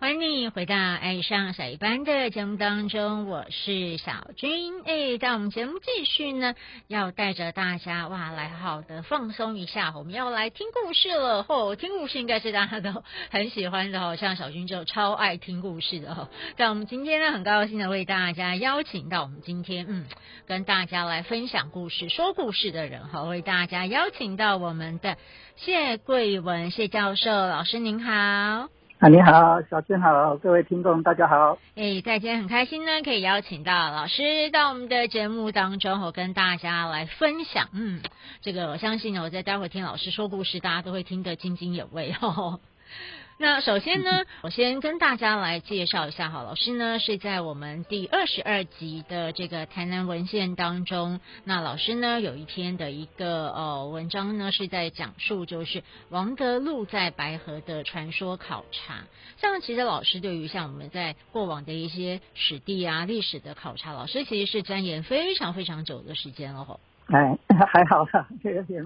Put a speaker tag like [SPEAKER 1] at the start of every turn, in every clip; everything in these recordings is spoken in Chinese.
[SPEAKER 1] 欢迎你回到《爱上小一班》的节目当中，我是小军。哎，在我们节目继续呢，要带着大家哇来好的放松一下，我们要来听故事了。哦，听故事应该是大家都很喜欢的哦，像小军就超爱听故事的哦。但我们今天呢，很高兴的为大家邀请到我们今天嗯跟大家来分享故事、说故事的人哈，为大家邀请到我们的谢桂文谢教授老师，您好。
[SPEAKER 2] 啊，你好，小军好，各位听众大家好。
[SPEAKER 1] 哎，在今天很开心呢，可以邀请到老师到我们的节目当中，我跟大家来分享。嗯，这个我相信呢，我在待会听老师说故事，大家都会听得津津有味哦。 那首先呢，我先跟大家来介绍一下哈，老师呢是在我们第二十二集的这个台南文献当中，那老师呢有一篇的一个呃文章呢是在讲述就是王德禄在白河的传说考察。像其实老师对于像我们在过往的一些史地啊、历史的考察，老师其实是钻研非常非常久的时间了吼。
[SPEAKER 2] 哎， 还好啦，有点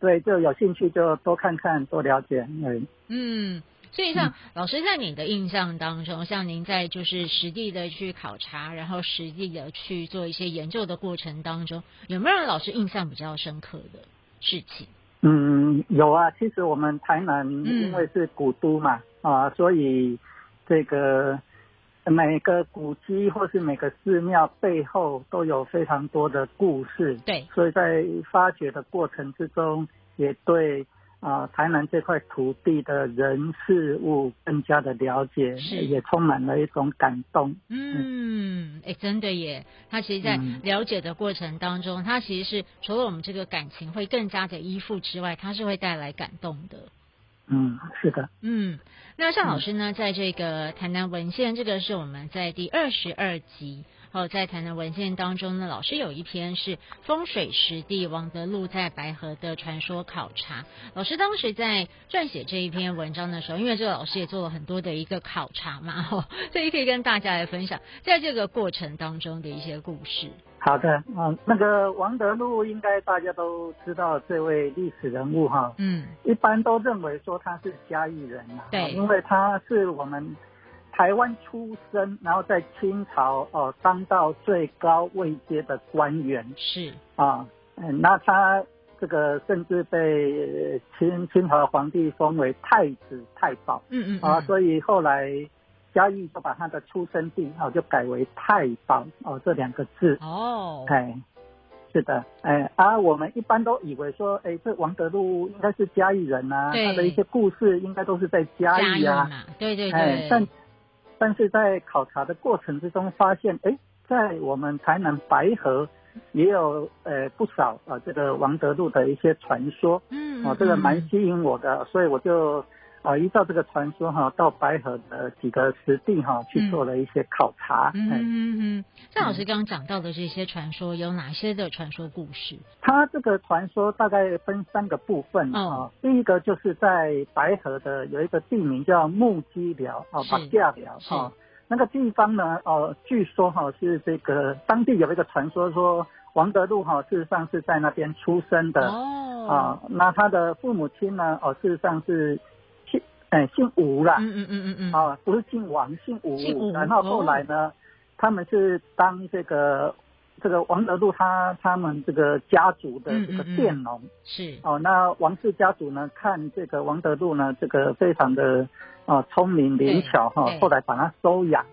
[SPEAKER 2] 对，就有兴趣就多看看，多了解。嗯，
[SPEAKER 1] 嗯，所以像老师在你的印象当中，像您在就是实地的去考察，然后实地的去做一些研究的过程当中，有没有让老师印象比较深刻的事情？
[SPEAKER 2] 嗯，有啊。其实我们台南
[SPEAKER 1] 嗯
[SPEAKER 2] 因为是古都嘛，啊，所以这个每个古迹或是每个寺庙背后都有非常多的故事。
[SPEAKER 1] 对，
[SPEAKER 2] 所以在发掘的过程之中，也对啊、台南这块土地的人事物更加的了解，
[SPEAKER 1] 是
[SPEAKER 2] 也充满了一种感动。
[SPEAKER 1] 嗯，哎，真的耶！他其实，在
[SPEAKER 2] 嗯
[SPEAKER 1] 了解的过程当中，他其实是除了我们这个感情会更加的依附之外，它是会带来感动的。
[SPEAKER 2] 嗯，是的。
[SPEAKER 1] 嗯，那像
[SPEAKER 2] 嗯
[SPEAKER 1] 老师呢，在这个台南文献，这个是我们在第二十二集哦，在台南文献当中呢，老师有一篇是风水实地王德禄在白河的传说考察。老师当时在撰写这一篇文章的时候，因为这个老师也做了很多的一个考察嘛，哦，所以可以跟大家来分享在这个过程当中的一些故事。
[SPEAKER 2] 好的，啊、那个王德禄应该大家都知道这位历史人物哈，
[SPEAKER 1] 嗯，
[SPEAKER 2] 一般都认为说他是嘉义人嘛，
[SPEAKER 1] 对
[SPEAKER 2] 因为他是我们台湾出生，然后在清朝哦、当到最高位阶的官员
[SPEAKER 1] 是，
[SPEAKER 2] 啊，嗯，那他这个甚至被呃清清朝皇帝封为太子太保
[SPEAKER 1] 嗯嗯，
[SPEAKER 2] 啊，
[SPEAKER 1] 嗯
[SPEAKER 2] 所以后来嘉义就把他的出生地哦、就改为太保哦、这两个字。
[SPEAKER 1] 哦，
[SPEAKER 2] 哎，是的，哎啊，我们一般都以为说，哎，这王德禄应该是嘉义人呐、啊，
[SPEAKER 1] 对
[SPEAKER 2] 他的一些故事应该都是在嘉
[SPEAKER 1] 嘉
[SPEAKER 2] 义啊，
[SPEAKER 1] 嘛，对对嗯
[SPEAKER 2] 哎
[SPEAKER 1] 对，，
[SPEAKER 2] 但但是在考察的过程之中发现，哎，在我们台南白河也有呃不少啊、这个王德禄的一些传说，
[SPEAKER 1] 嗯，
[SPEAKER 2] 哦，这个
[SPEAKER 1] 嗯
[SPEAKER 2] 蛮吸引我的，所以我就。啊，依照这个传说哈，到白河的几个实地哈去做了一些考察。
[SPEAKER 1] 嗯
[SPEAKER 2] 哎
[SPEAKER 1] 嗯嗯，像老师刚刚讲到的这些传说，有哪些的传说故事？
[SPEAKER 2] 它这个传说大概分三个部分啊、
[SPEAKER 1] 哦
[SPEAKER 2] 第一个就是在白河的有一个地名叫木屐寮啊，
[SPEAKER 1] 是
[SPEAKER 2] 马架寮
[SPEAKER 1] 是
[SPEAKER 2] 啊，那个地方呢，哦，据说哈、是这个当地有一个传说说王德禄哈、事实上是在那边出生的啊、
[SPEAKER 1] 哦，
[SPEAKER 2] 那他的父母亲呢，哦，事实上是姓哎姓吴啦，
[SPEAKER 1] 嗯嗯嗯嗯嗯，
[SPEAKER 2] 啊，不是姓王，姓吴。
[SPEAKER 1] 姓吴哦
[SPEAKER 2] 然后后来呢，他们是当这个这个王德禄他他们这个家族的
[SPEAKER 1] 嗯
[SPEAKER 2] 这个
[SPEAKER 1] 嗯嗯
[SPEAKER 2] 佃农、
[SPEAKER 1] 是，
[SPEAKER 2] 哦。那王氏家族呢，看这个王德禄呢，这个非常的啊聪明灵巧哈、
[SPEAKER 1] 对对
[SPEAKER 2] 后来把他收养，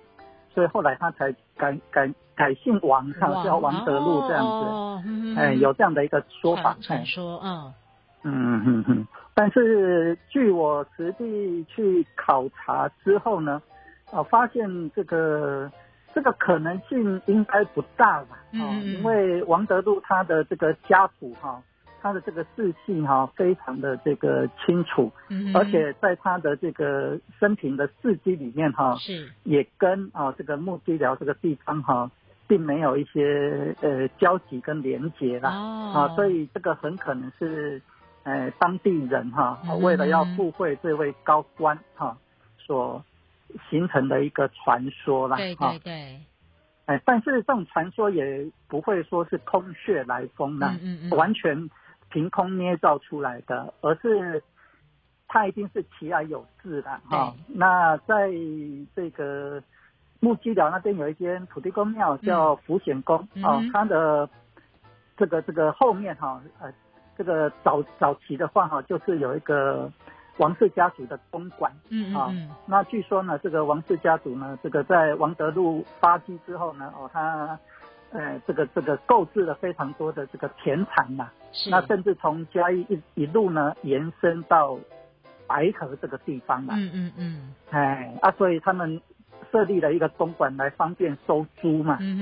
[SPEAKER 2] 所以后来他才改改改姓王，哈，叫王德禄这样子。
[SPEAKER 1] 哦，嗯嗯
[SPEAKER 2] 哎，
[SPEAKER 1] 嗯
[SPEAKER 2] 有这样的一个说法
[SPEAKER 1] 传，
[SPEAKER 2] 哎
[SPEAKER 1] 传，说，嗯，
[SPEAKER 2] 嗯嗯嗯，但是据我实地去考察之后呢，呃，发现这个这个可能性应该不大吧，
[SPEAKER 1] 嗯
[SPEAKER 2] 哦
[SPEAKER 1] 嗯嗯
[SPEAKER 2] 因为王德禄他的这个家谱哈、他的这个世系哈、非常的这个清楚，
[SPEAKER 1] 嗯，嗯
[SPEAKER 2] 而且在他的这个生平的事迹里面哈、
[SPEAKER 1] 是，
[SPEAKER 2] 也跟啊、这个木地寮这个地方哈、并没有一些呃交集跟连结啦。
[SPEAKER 1] 哦
[SPEAKER 2] 啊，所以这个很可能是，呃，当地人哈、
[SPEAKER 1] 嗯
[SPEAKER 2] 为了要附会这位高官哈、所形成的一个传说啦，
[SPEAKER 1] 对
[SPEAKER 2] 哈、
[SPEAKER 1] 对对，
[SPEAKER 2] 哎，但是这种传说也不会说是空穴来风啦，
[SPEAKER 1] 嗯嗯嗯嗯，
[SPEAKER 2] 完全凭空捏造出来的，而是它一定是其来有自的哈、那在这个木屐寮那边有一间土地公庙叫福显宫
[SPEAKER 1] 嗯
[SPEAKER 2] 哦
[SPEAKER 1] 嗯哼，
[SPEAKER 2] 它的这个这个后面哈、呃这个早早期的话哈、就是有一个王氏家族的公馆。
[SPEAKER 1] 嗯
[SPEAKER 2] 啊
[SPEAKER 1] 嗯
[SPEAKER 2] 那据说呢，这个王氏家族呢，这个在王德禄发迹之后呢，哦，他呃，这个这个购置了非常多的这个田产呐、
[SPEAKER 1] 嗯，是，
[SPEAKER 2] 那甚至从嘉义一一路呢延伸到白河这个地方啦、啊
[SPEAKER 1] 嗯嗯嗯
[SPEAKER 2] 哎啊，所以他们设立了一个公馆来方便收租嘛，
[SPEAKER 1] 嗯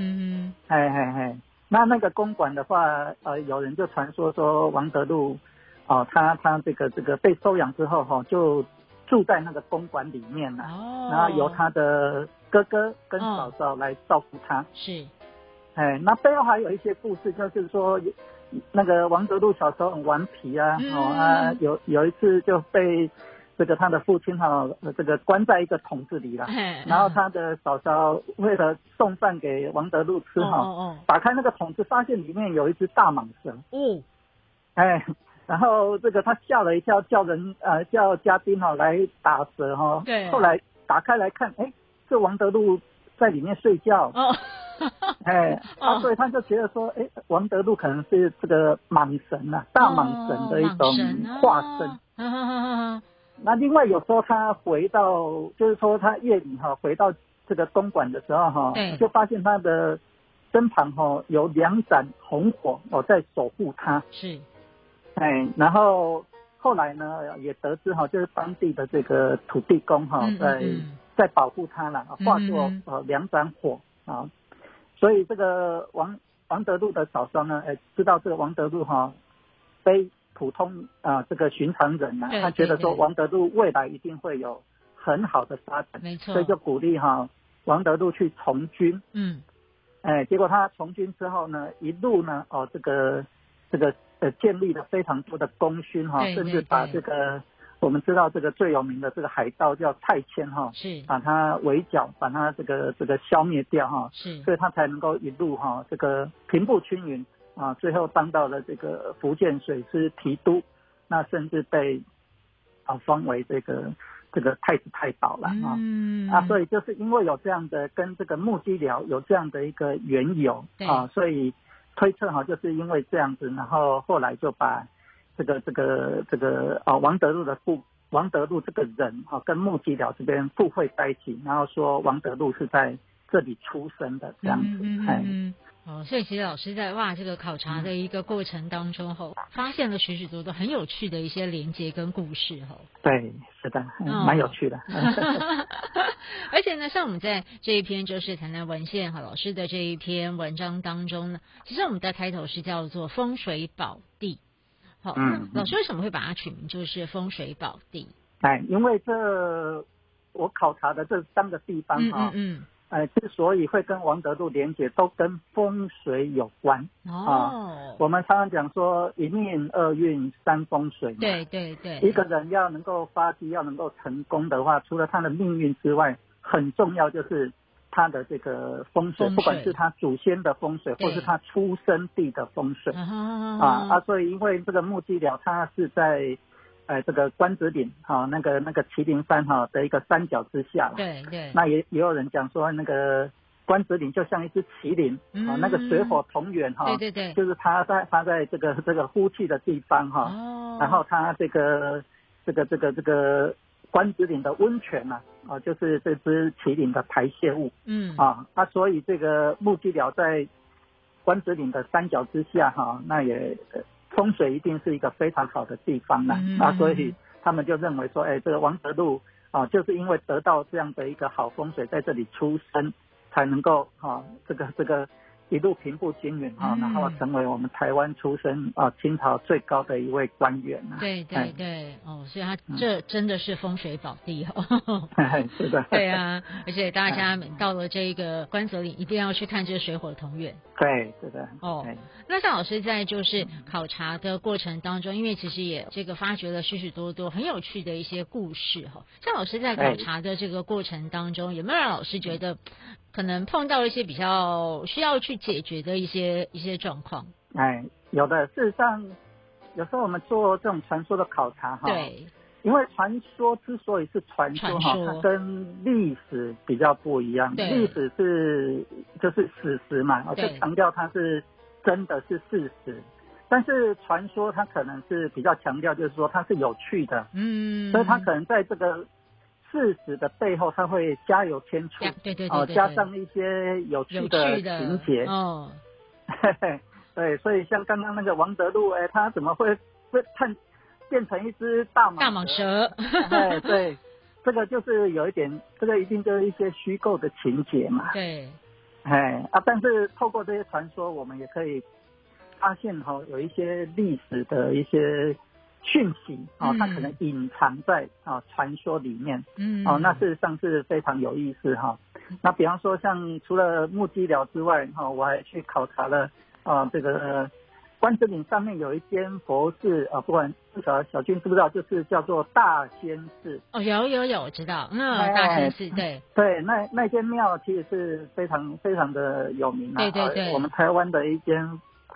[SPEAKER 1] 嗯
[SPEAKER 2] 哎哎哎，那那个公馆的话，呃，有人就传说说王德禄，哦，他他这个这个被收养之后哈、哦，就住在那个公馆里面
[SPEAKER 1] 嗯，
[SPEAKER 2] 了、
[SPEAKER 1] 哦，嗯
[SPEAKER 2] 然后由他的哥哥跟嫂嫂来照顾他。
[SPEAKER 1] 是，
[SPEAKER 2] 哎，那背后还有一些故事，就是说，那个王德禄小时候很顽皮啊，
[SPEAKER 1] 嗯
[SPEAKER 2] 哦啊，有有一次就被这个他的父亲哈、呃这个关在一个桶子里了。然
[SPEAKER 1] 然
[SPEAKER 2] 后他的嫂嫂为了送饭给王德禄 吃
[SPEAKER 1] 哦
[SPEAKER 2] 哈、
[SPEAKER 1] 哦
[SPEAKER 2] 打开那个桶子，发现里面有一只大蟒蛇，
[SPEAKER 1] 哦哦，
[SPEAKER 2] 哎，然后这个他吓了一跳，叫人呃叫嘉宾哦来打蛇哈、哦，
[SPEAKER 1] 对
[SPEAKER 2] 后来打开来看，哎，这王德禄在里面睡觉，
[SPEAKER 1] 哦，
[SPEAKER 2] 哎，
[SPEAKER 1] 哦
[SPEAKER 2] 啊，所以他就觉得说，哎，王德禄可能是这个蟒神
[SPEAKER 1] 哦
[SPEAKER 2] 啊，大蟒神的一种化身。
[SPEAKER 1] 身啊，
[SPEAKER 2] 那另外有时候他回到，就是说他夜里哈、回到这个公馆的时候哈、
[SPEAKER 1] 对
[SPEAKER 2] 就发现他的身旁哈、有两盏红火哦在守护他，
[SPEAKER 1] 是，
[SPEAKER 2] 哎，然后后来呢也得知哈、就是当地的这个土地公哈、
[SPEAKER 1] 嗯
[SPEAKER 2] 在
[SPEAKER 1] 嗯
[SPEAKER 2] 在保护他了，
[SPEAKER 1] 嗯
[SPEAKER 2] 化
[SPEAKER 1] 嗯
[SPEAKER 2] 作
[SPEAKER 1] 嗯
[SPEAKER 2] 呃两盏火啊，所以这个王王德禄的嫂嫂呢，哎，知道这个王德禄哈、非普通啊、这个寻常人呐、
[SPEAKER 1] 对
[SPEAKER 2] 他觉得说
[SPEAKER 1] 对对
[SPEAKER 2] 王德禄未来一定会有很好的发展，
[SPEAKER 1] 没错，
[SPEAKER 2] 所以就鼓励哈、王德禄去从军，
[SPEAKER 1] 嗯
[SPEAKER 2] 哎，结果他从军之后呢，一路呢哦这个这个呃建立了非常多的功勋哈、
[SPEAKER 1] 对
[SPEAKER 2] 甚
[SPEAKER 1] 对
[SPEAKER 2] 至把
[SPEAKER 1] 对
[SPEAKER 2] 这个我们知道这个最有名的这个海盗叫蔡牵哈、
[SPEAKER 1] 是
[SPEAKER 2] 把它围剿，把它这个这个消灭掉哈、
[SPEAKER 1] 是，
[SPEAKER 2] 所以他才能够一路哈、这个平步青云啊，最后当到了这个福建水师提督，那甚至被啊封为这个这个太子太保了啊。
[SPEAKER 1] 嗯
[SPEAKER 2] 啊，所
[SPEAKER 1] 以
[SPEAKER 2] 以就是因为有这样的跟这个木屐寮有这样的一个缘由
[SPEAKER 1] 对
[SPEAKER 2] 啊，所以推测哈、就是因为这样子，然后后来就把这个这个这个啊王德禄的父王德禄这个人啊跟木屐寮这边附会在一起，然后说王德禄是在这里出生的这样子，
[SPEAKER 1] 嗯
[SPEAKER 2] 哎、
[SPEAKER 1] 嗯哦，所以其实老师在哇这个考察的一个过程当中吼，发现了许许多多很有趣的一些连接跟故事吼。
[SPEAKER 2] 对，是的，嗯
[SPEAKER 1] 哦
[SPEAKER 2] 蛮有趣的，
[SPEAKER 1] 而且呢，像我们在这一篇就是台南文献和老师的这一篇文章当中呢，其实我们的开头是叫做“风水宝地”。好、
[SPEAKER 2] 嗯
[SPEAKER 1] 那老师为什么会把它取名就是“风水宝地
[SPEAKER 2] 哎，因为这我考察的这三个地”？方
[SPEAKER 1] 嗯
[SPEAKER 2] 啊
[SPEAKER 1] 嗯。嗯，
[SPEAKER 2] 呃，之所以会跟王德禄连结，都跟风水有关。
[SPEAKER 1] 哦，
[SPEAKER 2] 我们常常讲说一命二运三风水嘛。
[SPEAKER 1] 对对对，
[SPEAKER 2] 一个人要能够发迹，要能够成功的话，除了他的命运之外，很重要就是他的这个风水，
[SPEAKER 1] 风水
[SPEAKER 2] 不管是他祖先的风水，
[SPEAKER 1] 对
[SPEAKER 2] 或是他出生地的风水
[SPEAKER 1] 啊哈
[SPEAKER 2] 啊啊，所以因为这个木屐寮它是在。呃，这个关子岭哈、那个那个麒麟山哈、的一个山脚之下啦
[SPEAKER 1] 嗯对对，
[SPEAKER 2] 那也也有人讲说，那个关子岭就像一只麒麟啊、
[SPEAKER 1] 嗯
[SPEAKER 2] 那个水火同源哈、
[SPEAKER 1] 对对对，
[SPEAKER 2] 就是它在它在这个这个呼气的地方哈、
[SPEAKER 1] 哦，
[SPEAKER 2] 然后它这个这个这个这个关子岭的温泉呐啊、就是这只麒麟的排泄物
[SPEAKER 1] 嗯，
[SPEAKER 2] 啊啊，所以这个木屐鸟在关子岭的山脚之下哈、那也呃风水一定是一个非常好的地方啦、
[SPEAKER 1] 嗯
[SPEAKER 2] 啊，所以他们就认为说，哎，这个王德禄啊，就是因为得到这样的一个好风水，在这里出生，才能够啊，这个这个一路平步青云啊，
[SPEAKER 1] 嗯
[SPEAKER 2] 然后成为我们台湾出身啊，清朝最高的一位官员啊。
[SPEAKER 1] 对对
[SPEAKER 2] 哎嗯
[SPEAKER 1] 对，哦，所以它这真的是风水宝地 哦。
[SPEAKER 2] 是的，
[SPEAKER 1] 对啊，而且大家
[SPEAKER 2] 哎
[SPEAKER 1] 到了这个关泽里，一定要去看这个水火同源。
[SPEAKER 2] 对，是的，
[SPEAKER 1] 哦
[SPEAKER 2] 哎
[SPEAKER 1] 那像老师在就是考察的过程当中，因为其实也这个发掘了许许多多很有趣的一些故事哈。像老师在考察的这个过程当中，有没有让老师觉得可能碰到一些比较需要去解决的一些一些状况？
[SPEAKER 2] 哎，有的，事实上，有时候我们做这种传说的考察哈，
[SPEAKER 1] 对，
[SPEAKER 2] 因为传说之所以是传说哈，
[SPEAKER 1] 传说
[SPEAKER 2] 它跟历史比较不一样。
[SPEAKER 1] 对
[SPEAKER 2] 历史是就是史实嘛，我就
[SPEAKER 1] 对
[SPEAKER 2] 强调它是真的是事实。但是传说它可能是比较强调，就是说它是有趣的，
[SPEAKER 1] 嗯，
[SPEAKER 2] 所以它可能在这个事实的背后，它会加油添醋
[SPEAKER 1] 加，对对对
[SPEAKER 2] 哦，
[SPEAKER 1] 对
[SPEAKER 2] 加
[SPEAKER 1] 对
[SPEAKER 2] 上一些有
[SPEAKER 1] 有
[SPEAKER 2] 趣的
[SPEAKER 1] 趣的
[SPEAKER 2] 情节。
[SPEAKER 1] 哦，
[SPEAKER 2] 嘿嘿， 对，所以像刚刚那个王德禄，哎，他怎么会会变变成一只大蟒
[SPEAKER 1] 大蟒？蛇，
[SPEAKER 2] 哎，对，这个就是有一点，这个一定就是一些虚构的情节 嘛。
[SPEAKER 1] 对，
[SPEAKER 2] 哎啊，但是透过这些传说，我们也可以发现哈、有一些历史的一些讯息哦，它可能隐藏在啊、传说里面。
[SPEAKER 1] 嗯，
[SPEAKER 2] 哦，那事实上是非常有意思哈、那比方说，像除了木屐寮之外，哈、我还去考察了啊、这个呃关子岭上面有一间佛寺啊、不管不晓得小军知不知道，就是叫做大仙寺。
[SPEAKER 1] 哦，有有有，我知道，
[SPEAKER 2] 哎
[SPEAKER 1] 嗯，大城市，对，
[SPEAKER 2] 对，那那间庙其实是非常非常的有名啊，
[SPEAKER 1] 对对对
[SPEAKER 2] 哦我们台湾的一间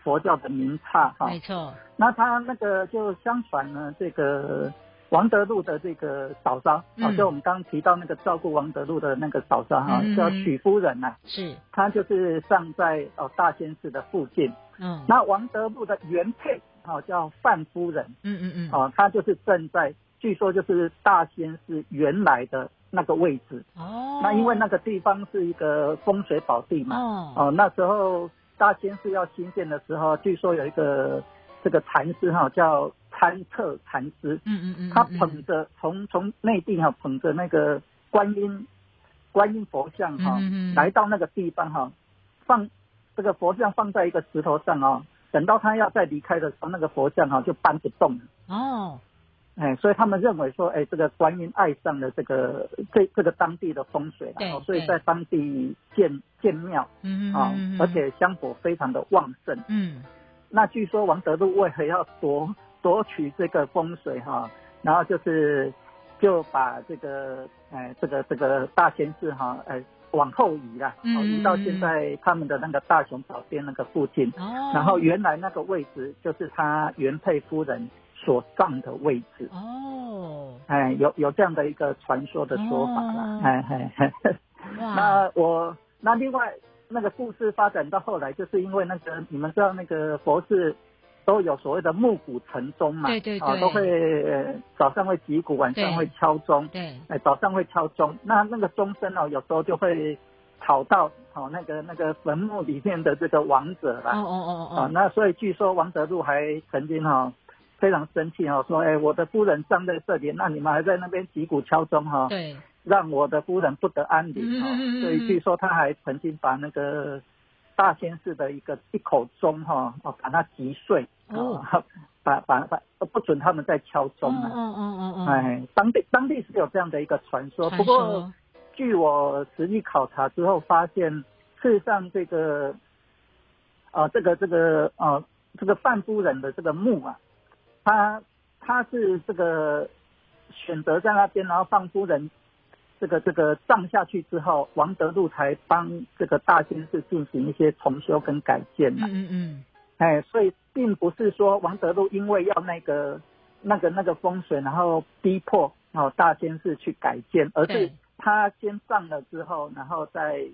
[SPEAKER 2] 佛教的名刹哈、
[SPEAKER 1] 没错，
[SPEAKER 2] 那他那个就相传呢，这个王德禄的这个嫂嫂，啊、
[SPEAKER 1] 嗯
[SPEAKER 2] 就我们刚刚提到那个照顾王德禄的那个嫂嫂哈、
[SPEAKER 1] 嗯嗯嗯
[SPEAKER 2] 叫许夫人呐、
[SPEAKER 1] 是，
[SPEAKER 2] 她就是葬在哦大仙寺的附近。
[SPEAKER 1] 嗯，
[SPEAKER 2] 那王德禄的原配哦叫范夫人
[SPEAKER 1] 嗯嗯嗯，
[SPEAKER 2] 哦，她就是正在，据说就是大仙寺原来的那个位置。
[SPEAKER 1] 哦，
[SPEAKER 2] 那因为那个地方是一个风水宝地嘛，
[SPEAKER 1] 哦，
[SPEAKER 2] 哦，那时候大仙寺要新建的时候，据说有一个这个禅师哈、叫参彻禅师，
[SPEAKER 1] 嗯嗯嗯，
[SPEAKER 2] 他
[SPEAKER 1] 嗯
[SPEAKER 2] 捧着从从内地哈、捧着那个观音观音佛像哈、
[SPEAKER 1] 嗯嗯嗯
[SPEAKER 2] 来到那个地方哈、放这个佛像放在一个石头上哦，等到他要再离开的时候，那个佛像哈、就搬不动了。
[SPEAKER 1] 哦，
[SPEAKER 2] 哎，所以他们认为说，哎，这个观音爱上了这个这这个当地的风水
[SPEAKER 1] 对
[SPEAKER 2] 了，哦所以
[SPEAKER 1] 对
[SPEAKER 2] 在当地建建庙，
[SPEAKER 1] 嗯嗯
[SPEAKER 2] 啊、
[SPEAKER 1] 嗯，嗯
[SPEAKER 2] 而，且香火非常的旺盛。
[SPEAKER 1] 嗯，
[SPEAKER 2] 那据说王德禄为了要夺夺取这个风水哈、然后就是就把这个呃这个这个大仙寺哈呃往后移了，
[SPEAKER 1] 嗯
[SPEAKER 2] 哦移到现在他们的那个大雄宝殿那个附近，
[SPEAKER 1] 哦，
[SPEAKER 2] 然后原来那个位置就是他原配夫人所葬的位置。
[SPEAKER 1] 哦，
[SPEAKER 2] 哎，有有这样的一个传说的说法啦
[SPEAKER 1] 哦，
[SPEAKER 2] 哎哎哎。嘿
[SPEAKER 1] 哇，
[SPEAKER 2] 那我那另外那个故事发展到后来，就是因为那个你们知道那个佛寺都有所谓的暮鼓晨钟嘛，
[SPEAKER 1] 对对对
[SPEAKER 2] 啊都会、呃早上会击鼓，晚上
[SPEAKER 1] 对
[SPEAKER 2] 会敲钟，
[SPEAKER 1] 对，
[SPEAKER 2] 哎、早上会敲钟，那那个钟声哦，有时候就会吵到哦那个那个坟墓里面的这个亡者
[SPEAKER 1] 哦
[SPEAKER 2] 啦，
[SPEAKER 1] 哦哦
[SPEAKER 2] 啊，
[SPEAKER 1] 哦，
[SPEAKER 2] 那所以据说王德禄还曾经哈、哦、非常生气哦，说哎我的夫人葬在这里，那你们还在那边击鼓敲钟哈、哦，
[SPEAKER 1] 对，
[SPEAKER 2] 让我的夫人不得安宁
[SPEAKER 1] 嗯
[SPEAKER 2] 哦
[SPEAKER 1] 嗯嗯嗯。
[SPEAKER 2] 所以据说他还曾经把那个大仙寺的一个一口钟哈哦把它击碎
[SPEAKER 1] 哦，
[SPEAKER 2] 把把把不准他们再敲
[SPEAKER 1] 哦
[SPEAKER 2] 钟
[SPEAKER 1] 哦
[SPEAKER 2] 了。
[SPEAKER 1] 哦哦，哦，
[SPEAKER 2] 哎，当地当地是有这样的一个传说，
[SPEAKER 1] 传
[SPEAKER 2] 不过
[SPEAKER 1] 说，
[SPEAKER 2] 据我实际考察之后发现，事实上这个，呃，这个这个呃，这个范夫人的这个墓啊，他他是这个选择在那边，然后范夫人这个这个葬下去之后，王德禄才帮这个大仙寺进行一些重修跟改建
[SPEAKER 1] 嗯
[SPEAKER 2] 嘛、
[SPEAKER 1] 嗯嗯，
[SPEAKER 2] 哎，所以并不是说王德禄因为要那个那个那个风水，然后逼迫哦大仙寺去改建，而是
[SPEAKER 1] 对
[SPEAKER 2] 他先葬了之后，然后再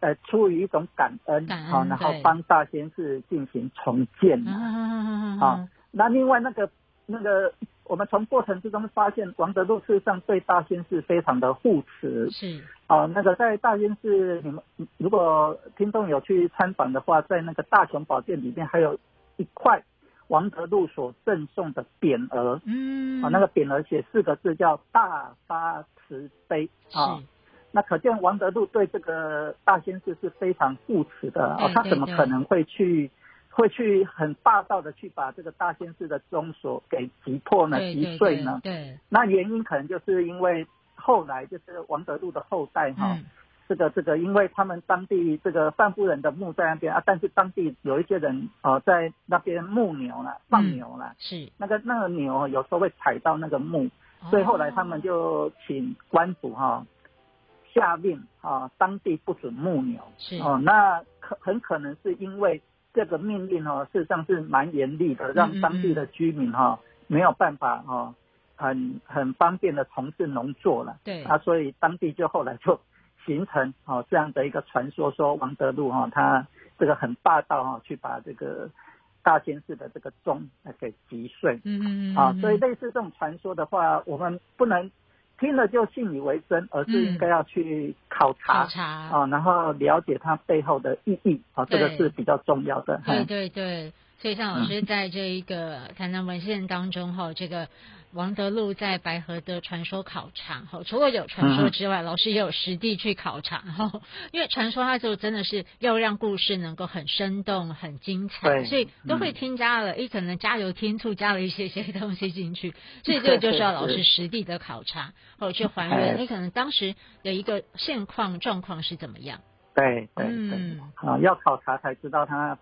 [SPEAKER 2] 呃出于一种感恩，
[SPEAKER 1] 感恩
[SPEAKER 2] 好、然后
[SPEAKER 1] 对
[SPEAKER 2] 帮大仙寺进行重建
[SPEAKER 1] 啊
[SPEAKER 2] 嘛。
[SPEAKER 1] 啊啊
[SPEAKER 2] 啊，那另外那个那个，我们从过程之中发现，王德禄事实上对大仙寺非常的护持，
[SPEAKER 1] 是，
[SPEAKER 2] 哦，那个在大仙寺，你们如果听众有去参访的话，在那个大雄宝殿里面还有一块王德禄所赠送的匾额，
[SPEAKER 1] 嗯，
[SPEAKER 2] 啊、那个匾额写四个字叫“大发慈悲”啊、
[SPEAKER 1] 是，
[SPEAKER 2] 那可见王德禄对这个大仙寺是非常护持的啊、
[SPEAKER 1] 对
[SPEAKER 2] 他
[SPEAKER 1] 对
[SPEAKER 2] 怎
[SPEAKER 1] 嗯
[SPEAKER 2] 么
[SPEAKER 1] 对
[SPEAKER 2] 可能会去会去很霸道的去把这个大仙寺的钟锁给击破呢、
[SPEAKER 1] 对
[SPEAKER 2] 击
[SPEAKER 1] 对
[SPEAKER 2] 碎
[SPEAKER 1] 对
[SPEAKER 2] 呢？
[SPEAKER 1] 对，
[SPEAKER 2] 那原因可能就是因为后来就是王德禄的后代哈、
[SPEAKER 1] 嗯，
[SPEAKER 2] 这个这个，因为他们当地这个范夫人的墓在那边啊，但是当地有一些人哦、呃在那边牧牛了，放牛了，
[SPEAKER 1] 是，
[SPEAKER 2] 那个那个牛哦有时候会踩到那个墓，所以后来他们
[SPEAKER 1] 就
[SPEAKER 2] 就请官府哈、下令啊、当地不准牧牛
[SPEAKER 1] 是
[SPEAKER 2] 哦，那可很可能是因为这个命令哦，事实上是蛮严厉的，让当地的居民哈、没有办法哈、很很方便的从事农作了。
[SPEAKER 1] 对，
[SPEAKER 2] 啊，所以当地就后来就形成哦这样的一个传说，说王德禄哈、哦、他这个很霸道哈、哦，去把这个大仙寺的这个钟呃给击碎
[SPEAKER 1] 嗯嗯嗯
[SPEAKER 2] 啊，所以类似这种传说的话，我们不能听了就信以为真，而是应该要去考察
[SPEAKER 1] 嗯考。察，
[SPEAKER 2] 啊，然后了解它背后的意义啊，这个
[SPEAKER 1] 对
[SPEAKER 2] 是比较重要 的。
[SPEAKER 1] 对
[SPEAKER 2] 嗯
[SPEAKER 1] 对对。所以，像老师在这一个台南文献当中，哈，这个王德禄在白河的传说考场，哈，除了有传说之外，老师也有实地去考察，哈，因为传说它就真的是要让故事能够很生动、很精彩，
[SPEAKER 2] 对
[SPEAKER 1] 所以都会
[SPEAKER 2] 嗯
[SPEAKER 1] 添加了，哎一可能加油添醋，加了一些些东西进 去，所以这个就是要老师实地的考察，哦，去还原，
[SPEAKER 2] 哎
[SPEAKER 1] 你可能当时的一个现况状况是怎么样，
[SPEAKER 2] 对对对，
[SPEAKER 1] 嗯。
[SPEAKER 2] 啊，要考察才知道它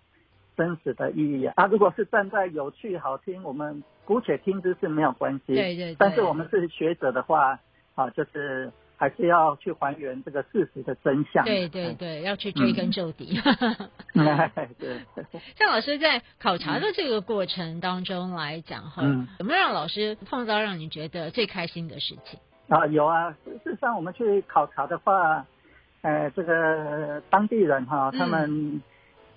[SPEAKER 2] 真实的意义啊。啊如果是站在有趣好听，我们姑且听之是没有关系。
[SPEAKER 1] 对对对
[SPEAKER 2] 但是我们是学者的话，啊，就是还是要去还原这个事实的哎真相。
[SPEAKER 1] 对对对，要去追根究 底。
[SPEAKER 2] 嗯， 对，
[SPEAKER 1] 像老师在考察的这个过程当中来讲哈，
[SPEAKER 2] 嗯
[SPEAKER 1] 有没有让老师碰到让你觉得最开心的事情？
[SPEAKER 2] 啊，有啊。事实上，我们去考察的话，呃，这个当地人哈、
[SPEAKER 1] 嗯
[SPEAKER 2] 他们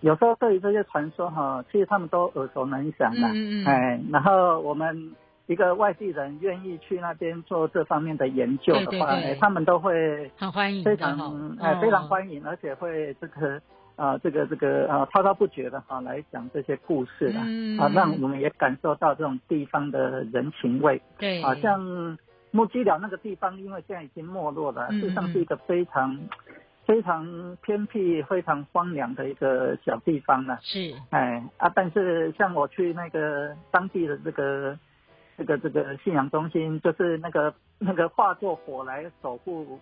[SPEAKER 2] 有时候对于这些传说哈、其实他们都耳熟能详的。
[SPEAKER 1] 嗯嗯嗯，
[SPEAKER 2] 哎，然后我们一个外地人愿意去那边做这方面的研究的话，
[SPEAKER 1] 对对对
[SPEAKER 2] 哎他们都会
[SPEAKER 1] 很欢迎
[SPEAKER 2] 非
[SPEAKER 1] 的哈
[SPEAKER 2] 常，哎、
[SPEAKER 1] 哦
[SPEAKER 2] 非常欢迎，而且会这个啊、这个这个啊、滔滔不绝的哈、来讲这些故事啊，
[SPEAKER 1] 嗯
[SPEAKER 2] 啊让我们也感受到这种地方的人情味，
[SPEAKER 1] 对，
[SPEAKER 2] 啊像木屐寮那个地方，因为现在已经没落了，
[SPEAKER 1] 嗯
[SPEAKER 2] 事实上是一个非常非常偏僻、非常荒凉的一个小地方了、
[SPEAKER 1] 是
[SPEAKER 2] 哎啊，但是像我去那个当地的这个这个这个信仰中心，就是那个那个化作火来守护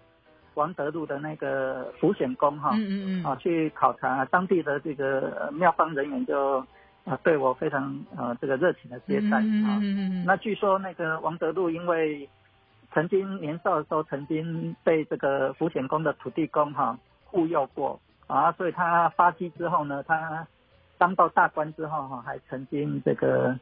[SPEAKER 2] 王德禄的那个福显宫哈、
[SPEAKER 1] 嗯嗯
[SPEAKER 2] 啊
[SPEAKER 1] 嗯，，
[SPEAKER 2] 去考察当地的这个呃庙方人员就啊对我非常呃这个热情的接待
[SPEAKER 1] 嗯
[SPEAKER 2] 啊。
[SPEAKER 1] 嗯嗯嗯嗯
[SPEAKER 2] 那据说那个王德禄因为曾经年少的时候曾经被这个福显宫的土地公哈、护佑过啊，所以他发迹之后呢，他当到大官之后哈、还曾经这个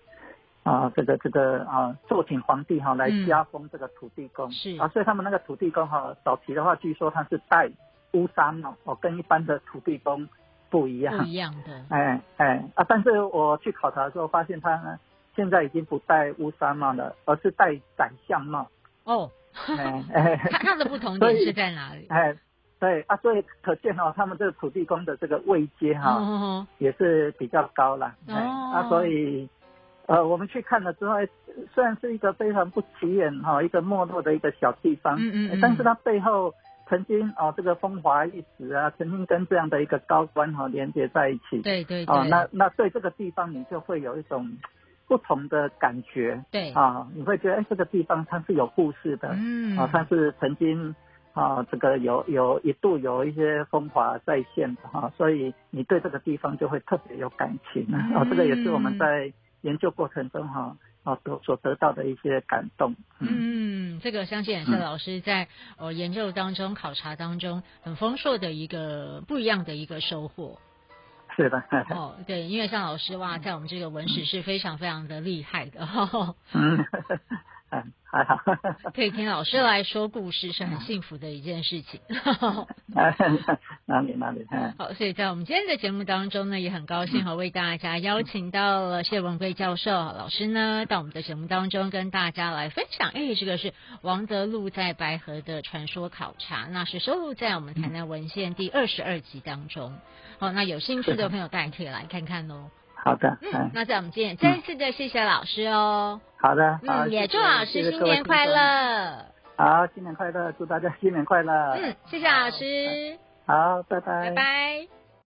[SPEAKER 2] 啊这个这个啊奏请皇帝哈、来
[SPEAKER 1] 嗯
[SPEAKER 2] 加封这个土地公、
[SPEAKER 1] 是
[SPEAKER 2] 啊，所以他们那个土地公哈、早期的话，据说他是戴乌纱帽哦，跟一般的土地公不一样
[SPEAKER 1] 嗯，不一样 的，
[SPEAKER 2] 哎哎啊！但是我去考察的时候发现，他呢现在已经不戴乌纱帽了，而是戴宰相帽。
[SPEAKER 1] 哦，
[SPEAKER 2] 哎哎
[SPEAKER 1] 它它的不同
[SPEAKER 2] 所
[SPEAKER 1] 点
[SPEAKER 2] 以
[SPEAKER 1] 是在哪里？
[SPEAKER 2] 哎，对啊，所以可见哦，他们这个土地公的这个位阶哈、
[SPEAKER 1] 哦
[SPEAKER 2] 也是比较高啦。哎
[SPEAKER 1] 哦
[SPEAKER 2] 啊，所以呃，我们去看了之后，哎虽然是一个非常不起眼哈、一个没落的一个小地方，
[SPEAKER 1] 嗯嗯嗯
[SPEAKER 2] 哎但是它背后曾经哦这个风华一时啊，曾经跟这样的一个高官哈、连接在一起。
[SPEAKER 1] 对对对，
[SPEAKER 2] 哦，那那对这个地方你就会有一种不同的感觉
[SPEAKER 1] 对，
[SPEAKER 2] 啊，你会觉得哎，这个地方它是有故事的
[SPEAKER 1] 嗯，
[SPEAKER 2] 啊，它是曾经啊，这个有有一度有一些风华再现的哈、啊，所以你对这个地方就会特别有感情
[SPEAKER 1] 嗯
[SPEAKER 2] 啊，这个也是我们在研究过程中哈啊所所得到的一些感动，嗯
[SPEAKER 1] 嗯，这个相信也是
[SPEAKER 2] 嗯
[SPEAKER 1] 老师在呃研究当中、考察当中很丰硕的一个不一样的一个收获。
[SPEAKER 2] 是的，
[SPEAKER 1] 哦，对，因为像老师哇，在我们这个文史是非常非常的厉害的，
[SPEAKER 2] 嗯， 嗯，还好，
[SPEAKER 1] 可以听老师来说故事是
[SPEAKER 2] 嗯
[SPEAKER 1] 很幸福的一件事情。
[SPEAKER 2] 哪里哪里，嗯。
[SPEAKER 1] 好，所以在我们今天的节目当中呢，也很高兴和为大家邀请到了谢文贵教授老师呢，到我们的节目当中跟大家来分享。哎，这个是王德禄在白河的传说考察，那是收录在我们台南文献第二十二集当中。好，那有兴趣的朋友大家可以来看看哦。
[SPEAKER 2] 好的，
[SPEAKER 1] 嗯
[SPEAKER 2] 嗯，，
[SPEAKER 1] 那在我们今天再一次的谢谢老师哦，
[SPEAKER 2] 好的，好，
[SPEAKER 1] 嗯，也
[SPEAKER 2] 谢
[SPEAKER 1] 祝
[SPEAKER 2] 谢
[SPEAKER 1] 老
[SPEAKER 2] 谢
[SPEAKER 1] 师
[SPEAKER 2] 谢
[SPEAKER 1] 新
[SPEAKER 2] 各位
[SPEAKER 1] 年
[SPEAKER 2] 听
[SPEAKER 1] 快
[SPEAKER 2] 众
[SPEAKER 1] 乐。
[SPEAKER 2] 好，
[SPEAKER 1] 嗯
[SPEAKER 2] 新年快乐，祝大家新年快乐。
[SPEAKER 1] 嗯，谢谢老师，
[SPEAKER 2] 好，拜拜。
[SPEAKER 1] 拜拜。